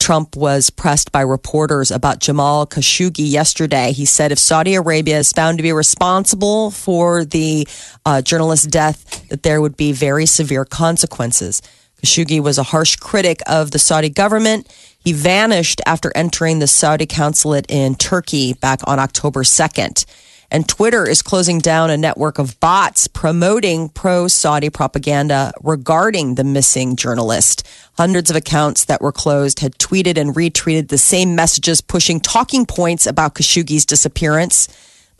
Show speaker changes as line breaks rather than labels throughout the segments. Trump was pressed by reporters about Jamal Khashoggi yesterday. He said if Saudi Arabia is found to be responsible for the uh, journalist's death, that there would be very severe consequences. Khashoggi was a harsh critic of the Saudi government. He vanished after entering the Saudi consulate in Turkey back on October 2nd. And Twitter is closing down a network of bots promoting pro Saudi propaganda regarding the missing journalist. Hundreds of accounts that were closed had tweeted and retweeted the same messages pushing talking points about Khashoggi's disappearance.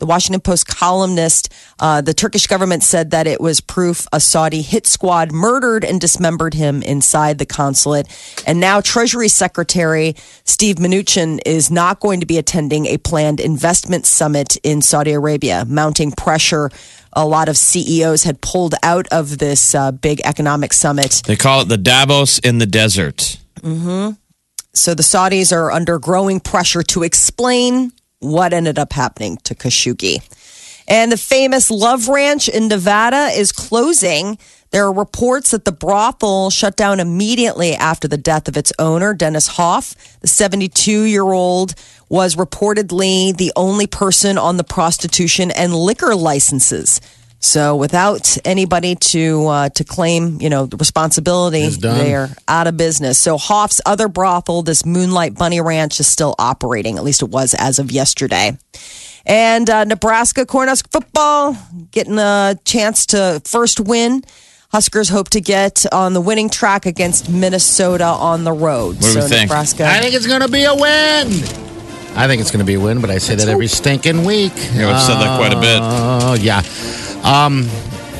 The Washington Post columnist, uh, the Turkish government said that it was proof a Saudi hit squad murdered and dismembered him inside the consulate. And now Treasury Secretary Steve Mnuchin is not going to be attending a planned investment summit in Saudi Arabia, mounting pressure. A lot of CEOs had pulled out of this uh, big economic summit.
They call it the Davos in the desert.
So the Saudis are under growing pressure to explain what ended up happening to Khashoggi. And the famous Love Ranch in Nevada is closing. There are reports that the brothel shut down immediately after the death of its owner, Dennis Hoff. The 72 year old was reportedly the only person on the prostitution and liquor licenses. So, without anybody to uh, to claim, you know, the responsibility,
done.
they are out of business. So Hoff's other brothel, this Moonlight Bunny Ranch, is still operating. At least it was as of yesterday. And uh, Nebraska Cornhusker football getting a chance to first win. Huskers hope to get on the winning track against Minnesota on the road.
What do
so
we think?
Nebraska,
I think it's going to be a win. I think it's going to be a win, but I say that every stinking week.
Yeah, we've said that quite a bit.
Oh, yeah. Um,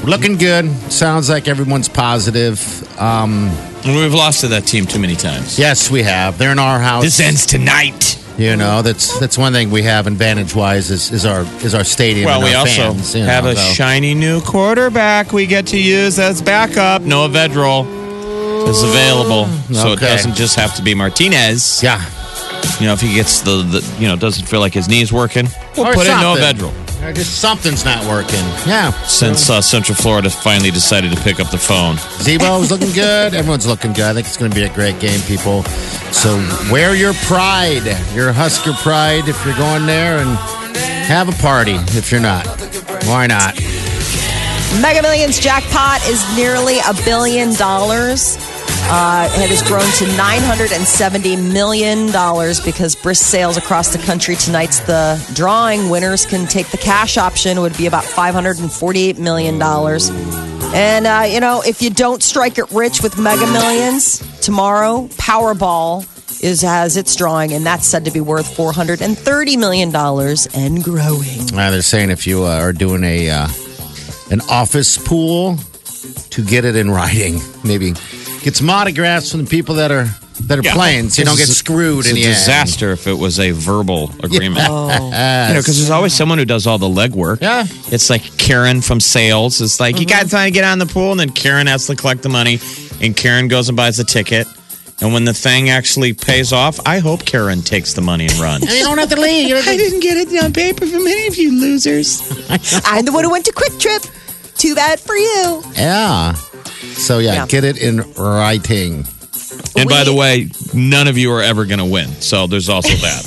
looking good. Sounds like everyone's positive. Um,
And we've lost to that team too many times.
yes, we have. They're in our house.
This ends tonight.
You know, that's that's one thing we have advantage wise is, is our is our stadium.
Well,
and
we
our
also
fans, you
have
know,
a
so-
shiny new quarterback we get to use as backup. Noah Vedral is available, so it
Okay.
doesn't just have to be Martinez.
yeah.
You know, if he gets the, the you know doesn't feel like his knees working, we'll
Or
put in Noah
something.
Vedral.
Or Just something's not working. Yeah.
Since uh, Central Florida finally decided to pick up the phone,
Zebo's looking good. Everyone's looking good. I think it's going to be a great game, people. So wear your pride, your Husker pride, if you're going there, and have a party if you're not. Why not?
Mega Millions jackpot is nearly a billion dollars. Uh, it has grown to $970 million because brisk sales across the country. Tonight's the drawing. Winners can take the cash option, would be about $548 million. And, uh, you know, if you don't strike it rich with mega millions, tomorrow Powerball is has its drawing, and that's said to be worth $430 million and growing.
Uh, they're saying if you uh, are doing a uh, an office pool, to get it in writing, maybe get some autographs from the people that are that are
Yeah.
playing, so you don't get
It's a-
screwed
It's
in
a
the end. Oh. Uh,
disaster if it was a verbal agreement. You know, because there's always someone who does all the legwork.
Yeah.
It's like Karen from sales. It's like, you got time to get on the pool, and then Karen has to collect the money, and Karen goes and buys the ticket. And when the thing actually pays off, I hope Karen takes the money and runs.
And you don't have to leave. You don't have to-
didn't get it on paper from any of you losers.
I'm the one who went to Quick Trip. Too bad for you.
yeah. So yeah,
Yeah.
get it in writing.
And by
We-
the way, none of you are ever going to win. So there's also that.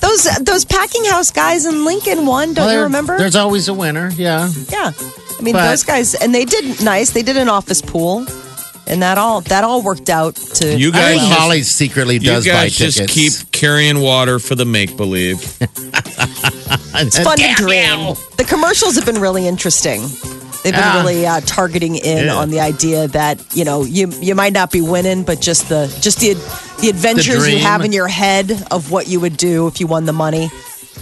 Those those packing house guys in Lincoln won. Don't
Well,
you
there-
remember?
There's always a winner. Yeah.
Yeah, I mean
But-
those guys, and they did nice. They did an office pool, and that all that all worked out to
You
I
guys
think
just-
Holly secretly does
you
buy
guys just
tickets.
keep carrying water for the make believe.
It's fun to dream. The commercials have been really interesting. They've been
Yeah.
really uh, targeting in
Yeah.
on the idea that you know you you might not be winning, but just the just the the adventures you
dream.
have in your head of what you would do if you won the money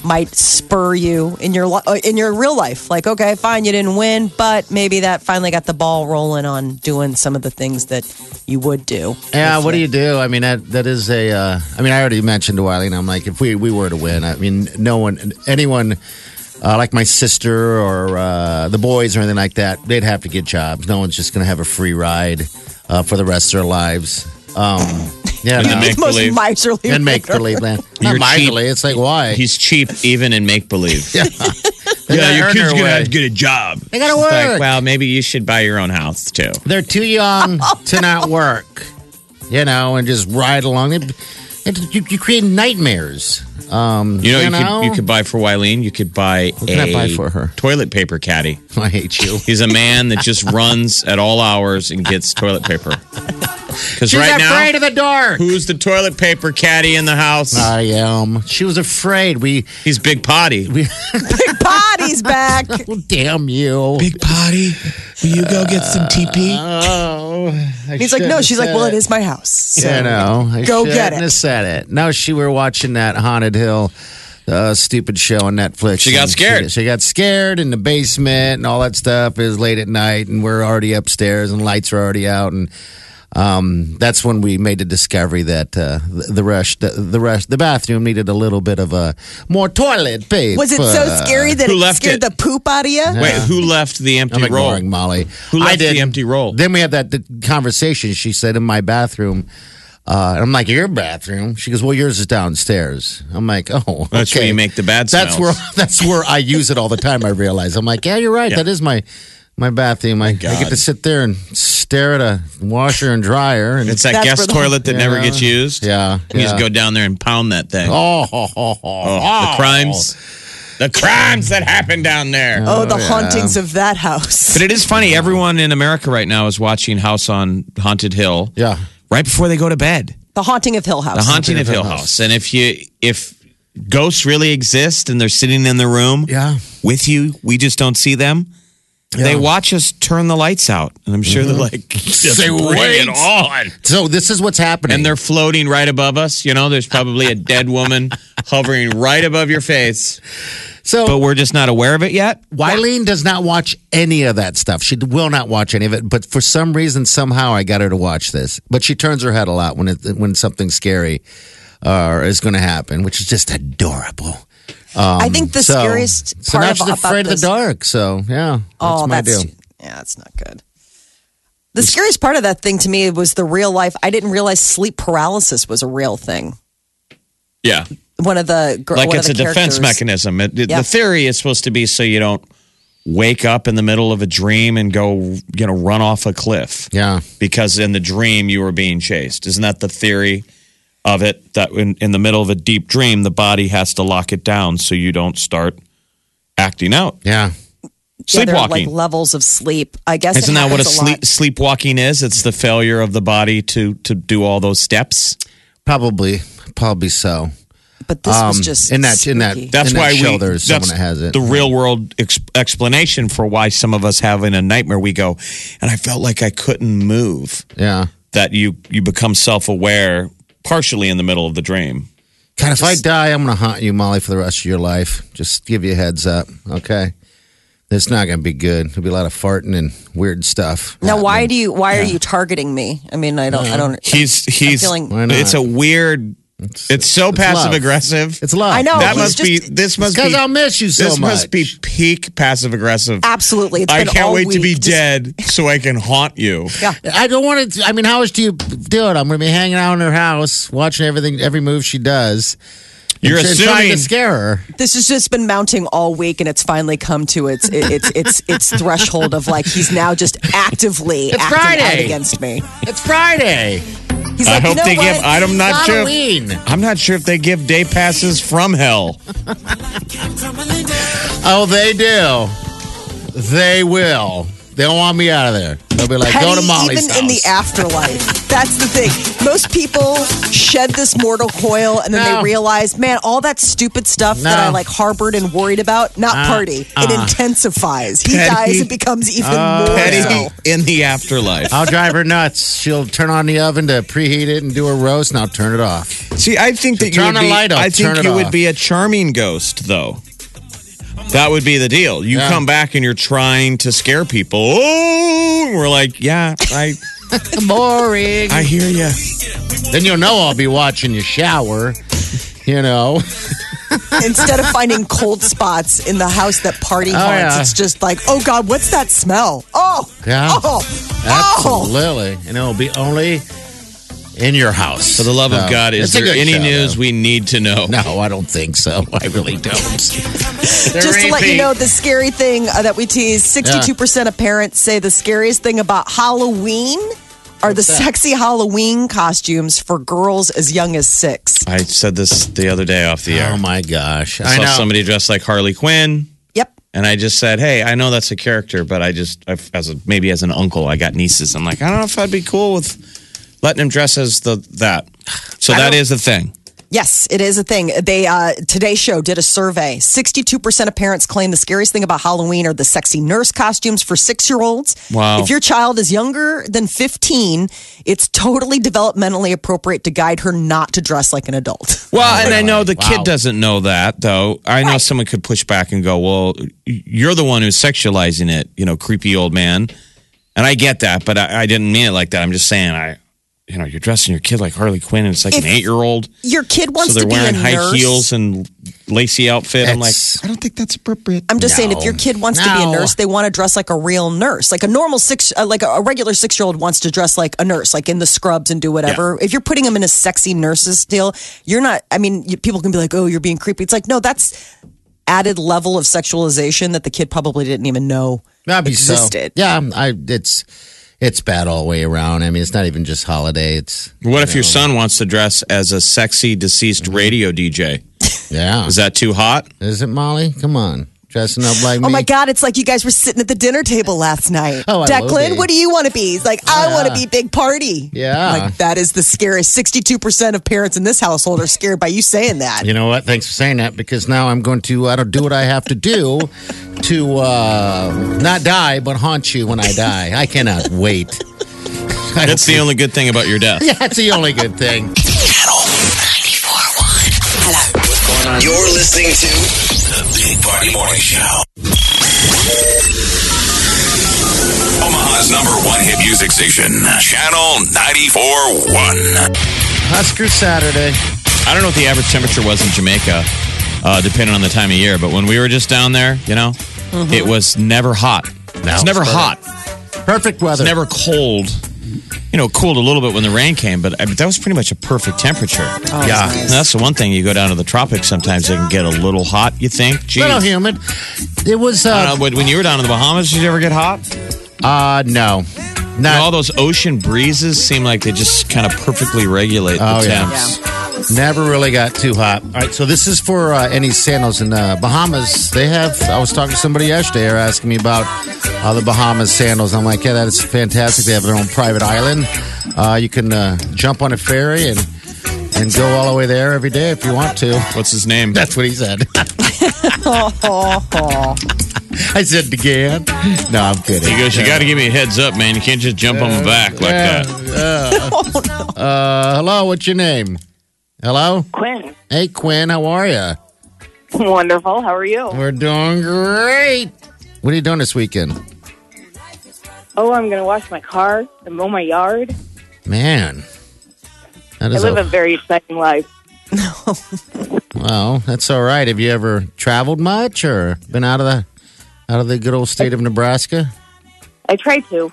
might spur you in your li- uh, in your real life. Like, okay, fine, you didn't win, but maybe that finally got the ball rolling on doing some of the things that you would do.
Yeah, what do you do? I mean, that that is a. Uh, I mean, I already mentioned to Wiley, and I'm like, if we we were to win, I mean, no one, anyone, uh, like my sister or uh, the boys or anything like that, they'd have to get jobs. No one's just going to have a free ride uh, for the rest of their lives. Um, yeah,
And
no.
the
It's
make-
most
believe.
miserly
and make
winner.
believe, man.
You're
Not
cheap.
miserly. It's like why?
He's cheap even in make believe.
yeah,
Yeah, your
Earn
kid's
her
gonna
way.
have to get a job.
They gotta
It's
work.
Like, well, maybe you should buy your own house too.
They're too young to not work, you know, and just ride along. It, it, you, you create nightmares. Um,
You know, you,
know?
Could, you could buy for Wileen. You could buy what
can I buy for her?
toilet paper caddy.
I hate you.
He's a man that just runs at all hours and gets toilet paper. Because
She's
right now,
afraid of the dark.
who's the toilet paper caddy in the house?
I am. She was afraid. We.
He's Big Potty.
Big body's back.
Well, damn you.
Big Potty, will you go get some
Uh,
TP?
Oh. I
He's like,
shouldn't
no.
have
She's like,
said
well, it is my house. So.
I know. I
Go get
shouldn't
it.
Have said it. No, she. We were watching that haunted hill. Uh, stupid show on Netflix.
She got
and
scared.
She, she got scared in the basement and all that stuff. It was late at night, and we're already upstairs, and lights are already out, and um, that's when we made the discovery that uh, the, the rush, the, the rush, the bathroom needed a little bit of a more toilet paper.
Was it so scary that
uh, Who
it
left
scared the
it?
poop out of you?
Wait, who left the empty
I'm
roll?
ignoring Molly.
Who
I
left the
didn't.
empty roll?
Then we had that the conversation. She said in my bathroom. Uh, and I'm like, your bathroom. She goes, well, yours is downstairs. I'm like, oh,
That's
okay.
where you make the bad
That's where
smells.
that's where I use it all the time. I realize. I'm like, yeah, you're right.
Yeah.
That is my my bathroom. I, I get
God.
to sit there and stare at a washer and dryer. And
It's that
That's where
guest
the-
toilet that never
Yeah.
gets used.
yeah,
You
yeah.
just go down there and pound that thing.
Oh, ho, ho, ho,
Oh,
ho.
the crimes, the crimes that happen down there.
Oh, the hauntings of that house.
But it is funny. Everyone in America right now is watching House on Haunted Hill.
Yeah.
Right before they go to bed,
The haunting of Hill House.
the haunting of Hill House. And if you if ghosts really exist and they're sitting in the room,
Yeah.
with you, we just don't see them. They watch us turn the lights out, and I'm sure they're like, just
Mm-hmm. Say,
bring
"Wait."
it on.
So this is what's happening.
And they're floating right above us. You know, there's probably a dead woman hovering right above your face,
so
but we're just not aware of it yet.
Wileen does not watch any of that stuff. She will not watch any of it. But for some reason, somehow, I got her to watch this. But she turns her head a lot when it, when something scary uh, is going to happen, which is just adorable.
I think
Um,
the
so,
scariest part
so now she's
of, about
afraid
this,
of the dark. So yeah,
Oh,
my
that's
deal.
yeah, that's not good. The scariest part of that thing to me was the real life. I didn't realize sleep paralysis was a real thing.
Yeah.
One of the gr-
like
one
it's a
of the
defense
characters-
mechanism. It, it-
Yeah.
The theory is supposed to be so you don't wake up in the middle of a dream and go, you know, run off a cliff.
Yeah.
Because in the dream you were being chased. Isn't that the theory of it? That in, in the middle of a deep dream, the body has to lock it down so you don't start acting out.
Yeah.
yeah, there are, like
Sleepwalking.
levels of sleep. I guess it
Isn't that what a
happens lot.
sleep, sleepwalking is? It's the failure of the body to to do all those steps.
Probably, probably so.
But this was
Um,
just
in that- in that-
spooky.
That's
In that
why
show,
we.
there's
that's
someone that has it.
The real world ex- explanation for why some of us having a nightmare. We go, and I felt like I couldn't move.
Yeah.
That you you become self aware partially in the middle of the dream.
God, if I die, I'm going to haunt you, Molly, for the rest of your life. Just give you a heads up, okay? It's not going to be good. There'll be a lot of farting and weird stuff.
Now, why do you? Why are you targeting me? I mean, I
Uh,
don't. I don't.
He's he's.
feeling-
Why not?
It's a weird. It's, so passive aggressive.
It's love.
I know.
that
he's
must
just-
be. This must
Because
be.
I'll miss you so
this must
much.
be peak passive aggressive.
Absolutely, It's
I
been
can't
all
wait to be
week. Just-
dead so I can haunt you.
I don't want to. I mean, how much do you do it? I'm going to be hanging out in her house, watching everything, every move she does.
You're
and trying
assuming
to scare her.
This has just been mounting all week, and it's finally come to its it- its its its threshold of like he's now just actively
It's
acting out
Friday.
against me.
It's Friday.
He's
I
like, you
hope
know
they
what?
give. I'm not sure. if-
Halloween.
I'm not sure if they give day passes from hell.
Oh, they do. They will. They don't want me out of there. They'll be like,
Penny,
go to Molly's
even
house.
in the afterlife. That's the thing. Most people shed this mortal coil, and then
No.
they realize, man, all that stupid stuff that I
No. Uh,
like harbored and worried about, not party. it intensifies. He
Penny.
dies and becomes even
Uh,
more.
Petty
so.
in the afterlife.
I'll drive her nuts. She'll turn on the oven to preheat it and do a roast, and I'll turn it off.
See, I think that you
turn
would
the
be.
light off,
I think
turn it
you
off.
would be a charming ghost, though. That would be the deal. You
Yeah.
come back and you're trying to scare people. Oh, and we're like, yeah, I,
Boring.
I hear you.
then you'll know I'll be watching you shower. You know,
Instead of finding cold spots in the house that party haunts,
Oh, yeah.
it's just like, oh God, what's that smell? Oh,
Yeah.
oh, oh.
absolutely, and it'll be only in your house.
For the love of
So,
God, is
it's a
there
good
any
show,
news
though.
we need to know?
No, I don't think so. I really don't.
Just to let you know, the scary thing uh, that we tease: sixty-two percent of parents say the scariest thing about Halloween are the sexy Halloween costumes for girls as young as six.
I said this the other day off the air.
Oh my gosh!
I
I
saw
know.
somebody dressed like Harley Quinn,
Yep.
and I just said, "Hey, I know that's a character, but I just I, as a, maybe as an uncle, I got nieces. I'm like, I don't know if I'd be cool with letting him dress as the that. So that is the thing.
Yes, it is a thing. They uh, Today Show did a survey. Sixty-two percent of parents claim the scariest thing about Halloween are the sexy nurse costumes for six-year-olds.
Wow.
If your child is younger than fifteen, it's totally developmentally appropriate to guide her not to dress like an adult.
Well, and I know the kid
Wow.
doesn't know that though. I know someone could push back and go, "Well, you're the one who's sexualizing it, you know, creepy old man." And I get that, but I, I didn't mean it like that. I'm just saying, I, you know, you're dressing your kid like Harley Quinn, and it's like
If-
an eight year old.
Your kid wants
So they're
to be
wearing
a
high
nurse.
heels and lacy outfit. I'm like,
That's-
I don't think that's appropriate.
I'm just saying, if your kid wants to be a
No.
nurse, they want to dress like a real nurse, like a normal six, uh, like a, a regular six year old wants to dress like a nurse, like in the scrubs and do whatever. If you're putting them in a sexy nurse's deal, you're not. I mean, you, people can be like, "Oh, you're being creepy." It's like, no, that's added level of sexualization that the kid probably didn't even know
That'd be
existed.
So, yeah, I it's it's bad all the way around. I mean, it's not even just holiday. It's
What if your son wants to dress as a sexy deceased radio DJ?
yeah.
Is
Is,
that too hot?
it Molly? Come on, dressing up like me.
Oh my God, it's like you guys were sitting at the dinner table last night.
Oh, I will
Declan,
be.
what do you want to be? He's like, I want to be big party.
Yeah.
Like, that is the scariest. 62% of parents in this household are scared by you saying that.
You know what? Thanks for saying that because now I'm going to I don't do what I have to do to uh, not die, but haunt you when I die. I cannot wait. I
That's
hope
the only good thing about your death.
you- That's the only good thing.
Channel 941. Hello. What's going on? You're listening to The Big Party Morning Show. Omaha's number one hit music station, Channel 941.
Husker Saturday.
I don't know what the average temperature was in Jamaica, uh, depending on the time of year, but when we were just down there, you know, it was never hot. Mm-hmm. it's never
it's
hot.
Perfect weather.
It's never cold. You know, it cooled a little bit when the rain came, but I mean, that was pretty much a perfect temperature.
yeah.
And Oh, that's the one thing you go down to the tropics. Sometimes it can get a little hot. You think? Geez.
little humid. It was
I
uh,
don't know, but when you were down in the Bahamas, did you ever get hot?
uh no.
And all
Not
those ocean breezes seem like they just kind of perfectly regulate the
Oh, yeah.
temps.
Yes.
Never really got too hot. All right, so this is for uh, any sandals in uh, Bahamas. They have. I was talking to somebody yesterday, or asking me about uh, the Bahamas sandals. I'm like, yeah, that is fantastic. They have their own private island. Uh, you can uh, jump on a ferry and and go all the way there every day if you want to.
What's his name?
That's what he said. I said again. No, I'm kidding.
He goes, You got to give me a heads up, man. You can't just jump on my back like that.
Uh, hello, what's your name? Hello.
Quinn.
Hey, Quinn. How are you?
Wonderful. How are you?
We're doing great. What are you doing this weekend?
Oh, I'm going to wash my car and mow my yard.
Man. That
I
is
live a
a,
very exciting life.
well, that's all right. Have you ever traveled much or been out of the out of the good old state of Nebraska?
I try to.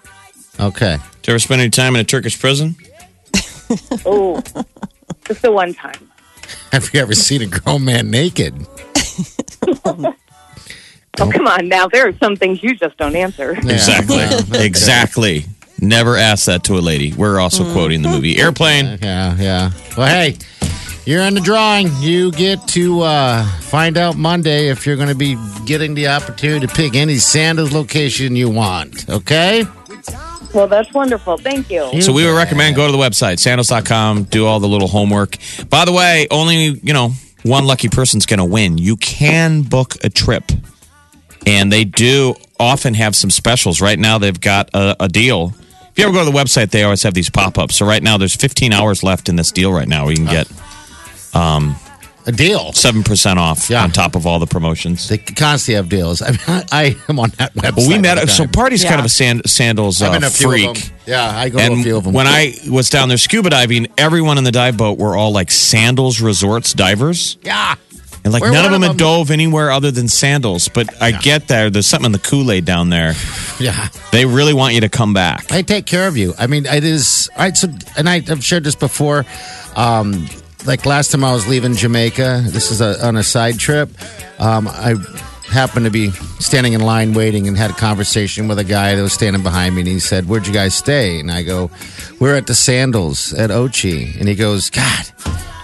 Okay.
Did you ever spend any time in a Turkish prison?
Oh, just the one time.
Have you ever seen a grown man naked?
Oh, come on now. There are some things you just don't answer.
Yeah,
Exactly.
well, okay.
Exactly. Never ask that to a lady. We're also quoting the movie
Mm-hmm.
Airplane.
Yeah, yeah. Well, hey, you're in the drawing. You get to uh, find out Monday if you're going to be getting the opportunity to pick any Sandals location you want. Okay?
Well, that's wonderful. Thank you.
So we would recommend go to the website, sandals.com, do all the little homework. By the way, only, you know, one lucky person's going to win. You can book a trip. And they do often have some specials. Right now, they've got a, a deal. If you ever go to the website, they always have these pop ups. So right now, there's 15 hours left in this deal right now. We can get
A deal.
7% off
Yeah.
on top of all the promotions.
They constantly have deals. I, mean, I am on that website.
Well, we met.
all the
So
time.
Party's kind
Yeah.
of a sand, sandals
I've
uh,
been a few
freak.
of them. Yeah, I go to a
And
few of them.
when I was down there scuba diving, everyone in the dive boat were all like sandals resorts divers,
yeah,
and like
We're
none of
one
them
of
had
them.
dove anywhere other than sandals. But I get there. There's something in the Kool Aid down there.
yeah,
They really want you to come back.
I take care of you. I mean, it is. All right, so and I, I've shared this before. Um, like last time I was leaving Jamaica, this is a, on a side trip. Um, I happened to be standing in line waiting and had a conversation with a guy that was standing behind me, and he said, "Where'd you guys stay?" And I go, "We're at the Sandals at Ochi," and he goes, "God."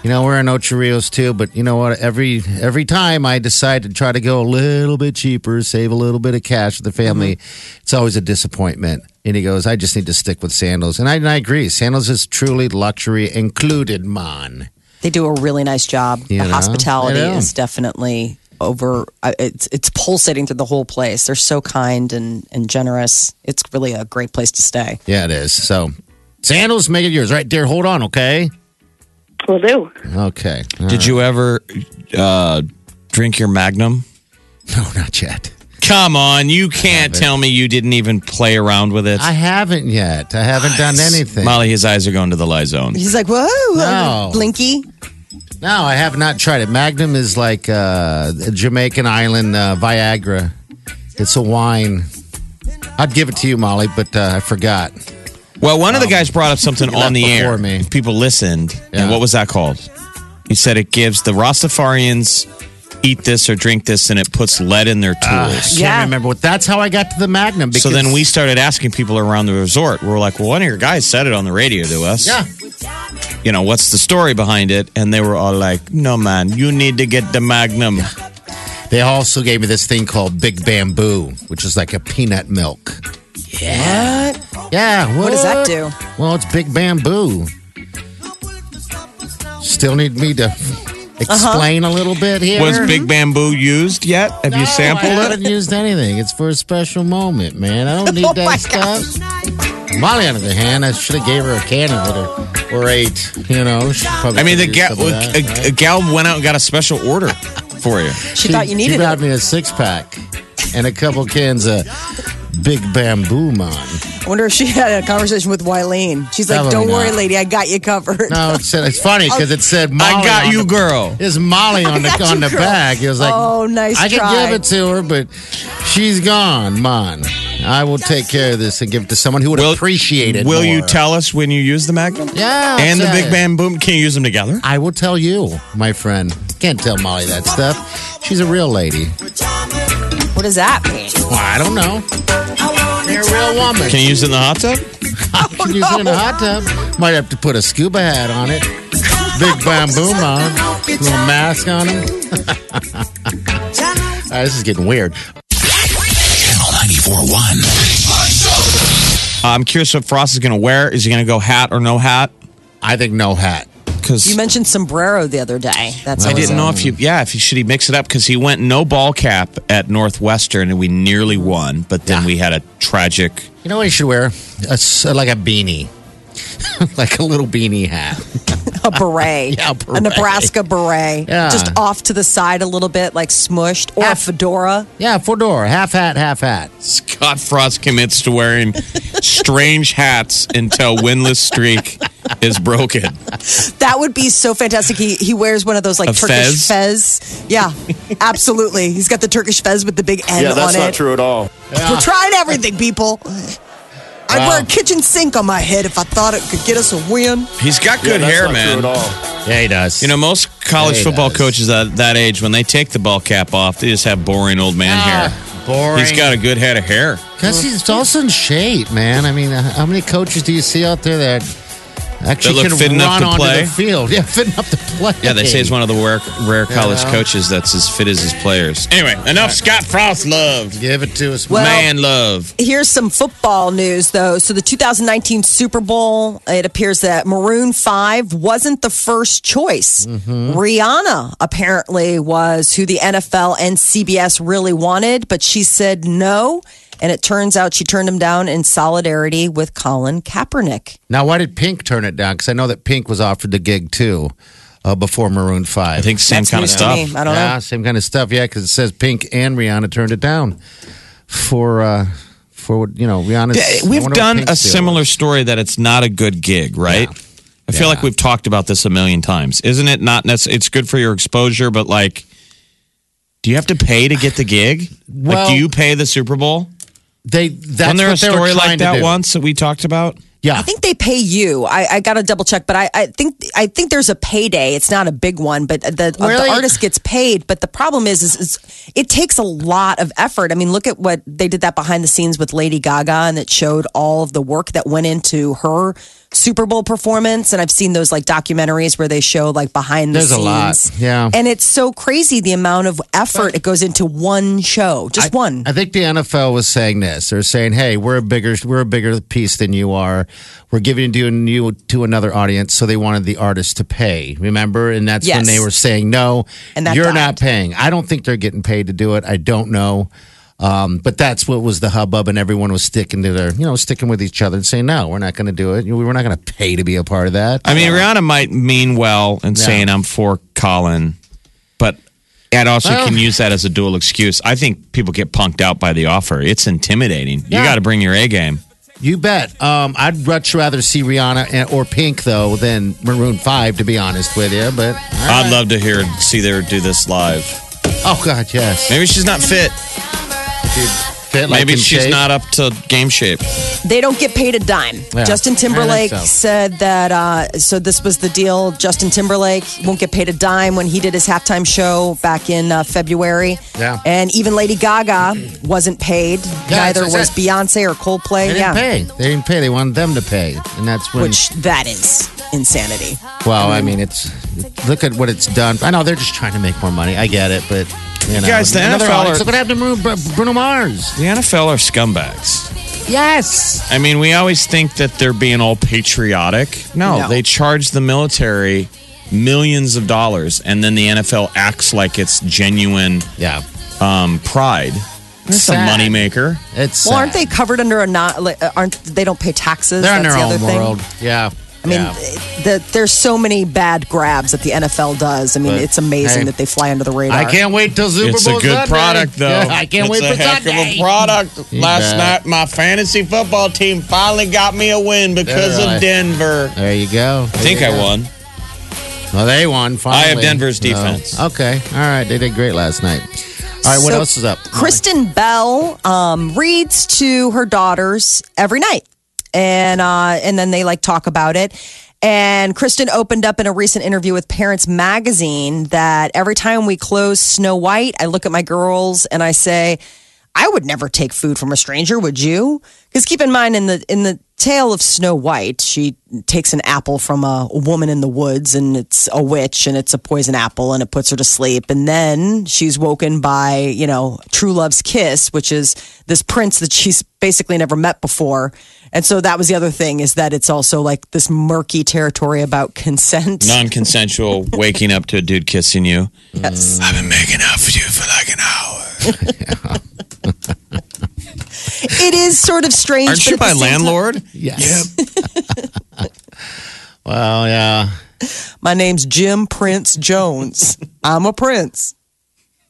You know, we're in Ocho Rios too, but you know what? Every every time I decide to try to go a little bit cheaper, save a little bit of cash for the family, it's always a disappointment. And he goes, I just need to stick with sandals. And I, and I agree. Sandals is truly luxury included, man.
They do a really nice job.
You
the
know,
hospitality
they do.
is definitely over. uh, It's it's pulsating through the whole place. They're so kind and and generous. It's really a great place to stay.
Yeah, it is. So sandals, make it yours. All right, dear, hold on, okay?
Will do.
Okay.
Did you ever uh, drink your Magnum?
No, not yet.
Come on, you can't tell me you didn't even play around with it.
I haven't yet. I haven't done anything.
Molly, his eyes are going to the lie zone.
He's like, whoa,
No.
Blinky.
No, I have not tried it. Magnum is like uh, a Jamaican island uh, Viagra. It's a wine. I'd give it to you, Molly, but uh, I forgot.
Well, one of
Um,
the guys brought up something
left
on the air.
before me.
People listened. And
Yeah.
what was that called? He said it gives the Rastafarians eat this or drink this and it puts lead in their tools.
Can't
Yeah.
remember what. That's how I got to the Magnum. Ah. Because,
so then we started asking people around the resort. We were like, well, one of your guys said it on the radio to us.
yeah,
You know, what's the story behind it? And they were all like, no, man, you need to get the Magnum.
they also gave me this thing called Big Bamboo, which is like a peanut milk.
Yeah.
Yeah, what,
does that do?
Well, it's Big Bamboo. Still need me to
Uh-huh.
explain a little bit here.
Was Big Bamboo used yet? Have
Oh,
you sampled
Mm-hmm. I
it?
haven't used anything. It's for a special moment, man. I don't need
Oh,
that stuff. Molly, on the other hand, I should have gave her a can of it or, or eight. You know, she probably
I mean, the
could've
gal,
used some of that,
a, a gal went out and got a special order for you.
She, thought you needed
She
it.
brought me a six pack and a couple cans of Big Bamboo Man.
I wonder if she had a conversation with Wileen. She's like,
Probably
"Don't worry,
not.
lady, I got you covered."
No, it said it's funny because it said Molly.
I got
on
you,
the-
girl.
It's Molly on the
Oh. got
on
you,
the
girl.
back. It was like,
Oh, nice
I
try.
can give it to her, but she's gone, man. I will take care of this and give it to someone who would
Will-
appreciate it.
Will you
more.
tell us when you use the Magnum?
Yeah, I'll
And the
tell
Big
you.
Bang Boom, can you use them together?
I will tell you, my friend. Can't tell Molly that stuff. She's a real lady.
What does that mean?
Well, I don't know. You're a real woman.
Can you use it in the hot tub?
Can use it in a hot tub. Might have to put a scuba hat on it. Big bamboo mom. Little mask on him. All right, this is getting weird.
Channel 941.
I'm curious what Frost is going to wear. Is he going to go hat or no hat?
I think no hat.
Because
You mentioned sombrero the other day. That's
I
always
didn't
a-
know if you, yeah, if you should he mix it up because he went no ball cap at Northwestern and we nearly won, but then we had a tragic.
You know what he should wear? A s like a beanie. like a little beanie hat.
a beret,
Yeah, a beret.
Nebraska beret,
Yeah.
just off to the side a little bit, like smushed, or a
Half-
fedora.
Yeah, fedora, half hat, half hat.
Scott Frost commits to wearing strange hats until winless streak is broken.
That would be so fantastic. He he wears one of those like
A
Turkish fez. Yeah, absolutely. He's got the Turkish fez with the big N
Yeah,
on
that's
it.
not true at all.
We're trying everything, people. I'd wear a kitchen sink on my head if I thought it could get us a win.
He's got
Yeah,
good
that's
hair,
not
man.
True at all.
Yeah, he does.
You know, most college
Yeah, he
football
does.
coaches at that age, when they take the ball cap off, they just have boring old man
Ah,
hair.
Boring.
He's got a good head of hair.
Because he's also in shape, man. I mean, how many coaches do you see out there that actually
That look
can
fit
run
enough to
onto
play?
the field? Yeah, fit enough to play.
Yeah, they say he's one of the rare, rare college
Yeah.
coaches that's as fit as his players. Anyway, enough Scott Frost love.
Give it to us,
Well-
Man love.
Here's some football news, though. So, the 2019 Super Bowl, it appears that Maroon 5 wasn't the first choice. Rihanna apparently was who the NFL and CBS really wanted, but she said no. And it turns out she turned him down in solidarity with Colin Kaepernick.
Now, why did Pink turn it down? Because I know that Pink was offered the gig too uh, before Maroon 5.
I think same
That's
kind of
news to
stuff.
me. I don't
yeah,
know.
same kind of stuff. Yeah, because it says Pink and Rihanna turned it down for, uh, for you know, Rihanna's.
Yeah,
I wonder
We've
what
done
Pink's
a
deal
similar
was.
story that it's not a good gig, right? I feel like we've talked about this a million times. Isn't it not necessarily, it's good for your exposure, but like, do you have to pay to get the gig? like,
Well-
do you pay the Super Bowl?
They, that's
Wasn't there
what
a
they were
story
trying
like
to
that
do.
once that we talked about?
Yeah.
I think they pay you. I, I got to double check, but I, I think I think there's a payday. It's not a big one, but the,
Really?
the artist gets paid. But the problem is, is, is it takes a lot of effort. I mean, look at what they did that behind the scenes with Lady Gaga, and it showed all of the work that went into her Super Bowl performance. And I've seen those like documentaries where they show like behind the
There's a
scenes.
lot. Yeah.
and it's so crazy the amount of effort it goes into one show, just one.
I think the NFL was saying this. They're saying, "Hey, we're a bigger we're a bigger piece than you are. We're giving you you to another audience." So they wanted the artist to pay. Remember, and that's when
Yes.
they were saying, "No,
And that
you're
died.
not paying." I don't think they're getting paid to do it. I don't know. Um, but that's what was the hubbub, and everyone was sticking to their, you know, sticking with each other and saying, "No, we're not going to do it. We're not going to pay to be a part of that."
I mean, Rihanna might mean well in saying I'm for Colin, but I'd also
Well-
can use that as a dual excuse. I think people get punked out by the offer. It's intimidating.
Yeah.
You got to bring your A game.
you bet. Um, I'd much rather see Rihanna and, or Pink though than Maroon Five, to be honest with you. But
I'd love to hear see her do this live.
oh god, yes.
Maybe she's not fit.
fit, like
Maybe
in
she's
shape.
not up to game shape.
They don't get paid a dime.
Yeah.
Justin Timberlake
I think so.
said that. Uh, so this was the deal. Justin Timberlake won't get paid a dime when he did his halftime show back in uh, February.
Yeah.
And even Lady Gaga wasn't paid.
Yeah,
Neither
that's what I
was
said.
Beyonce or Coldplay.
They didn't
yeah.
pay. They didn't pay. They wanted them to pay, and that's when.
Which that is insanity.
well, I mean, it's look at what it's done. I know they're just trying to make more money. I get it, but you know,
guys, the
another
NFL
audience.
are-
Look what happened to Bru- Bruno Mars.
The NFL are scumbags.
Yes,
I mean, we always think that they're being all patriotic. No,
No.
they charge the military millions of dollars, and then the NFL acts like it's genuine
yeah,
um, pride. It's
Sad.
a moneymaker.
it's.
Well, aren't they
sad.
covered under a not? like, uh, Aren't they don't pay taxes?
They're in
That's
their
the
own
other thing.
world. Yeah,
I mean, the, there's so many bad grabs that the NFL does. I mean,
But,
it's amazing
hey,
that they fly under the radar.
I can't wait till Super
It's a
Bowl
good
Sunday.
product, though.
Yeah, I can't
it's
wait
a
for
heck
Sunday.
of a product.
You
Last
bet.
night, my fantasy football team finally got me a win because
Yeah, right.
of Denver.
There you go.
I think I won.
Well, they won. Finally.
have Denver's
So,
defense.
okay, all right. They did great last night. All right, what
So,
else is up?
Kristen Bell um, reads to her daughters every night, and uh, and then they like talk about it. And Kristen opened up in a recent interview with Parents Magazine that every time we close Snow White, I look at my girls and I say, I would never take food from a stranger, would you? Because keep in mind, in the in the tale of Snow White, she takes an apple from a woman in the woods, and it's a witch, and it's a poison apple, and it puts her to sleep. And then she's woken by you know true love's kiss, which is this prince that she's basically never met before. And so that was the other thing is that it's also like this murky territory about consent.
Non-consensual waking up to a dude kissing you.
Yes.
I've been making out for you for like an hour.
It is sort of strange.
Aren't
but
you
at the
my
same time-
landlord?
Yes. well, yeah.
My name's Jim Prince Jones. I'm a prince.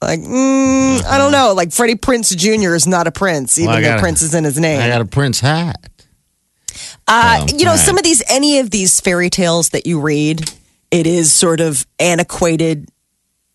Like, mm, I don't know. Like, Freddie Prince Jr. is not a prince, even
Well, I
though
gotta-
Prince is in his
I
name.
got a Prince hat.
Uh,
Oh,
you know,
all right.
some of these, any of these fairy tales that you read, it is sort of antiquated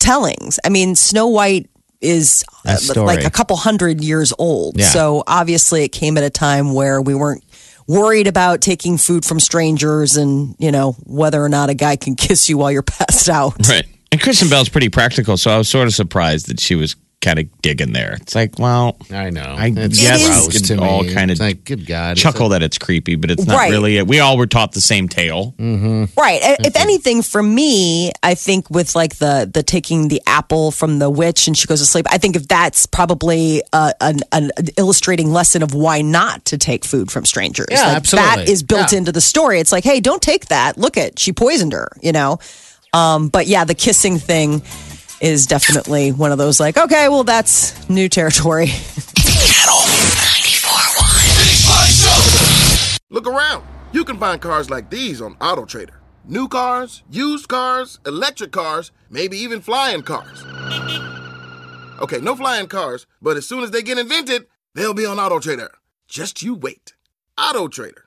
tellings. I mean, Snow White is uh,
A story.
like a couple hundred years old.
Yeah.
So obviously, it came at a time where we weren't worried about taking food from strangers and, you know, whether or not a guy can kiss you while you're passed out.
Right. And Kristen Bell's pretty practical, so I was sort of surprised that she was kind of digging there. It's like, well,
I know.
I
it's
guess
gross
it's
to me.
all kinda
It's like, good God.
chuckle that it's creepy, but it's not
Right.
really it. We all were taught the same tale.
Right. I-
Mm-hmm.
If anything, for me, I think with like the the taking the apple from the witch and she goes to sleep. I think if that's probably uh, an, an illustrating lesson of why not to take food from strangers.
Yeah,
Like, That
absolutely.
is built
Yeah.
into the story. It's like, hey, don't take that. Look at she poisoned her. You know. Um, but yeah, the kissing thing is definitely one of those like, okay, well, that's new territory.
Look around. You can find cars like these on AutoTrader. New cars, used cars, electric cars, maybe even flying cars. Okay, no flying cars, but as soon as they get invented, they'll be on AutoTrader. Just you wait. AutoTrader.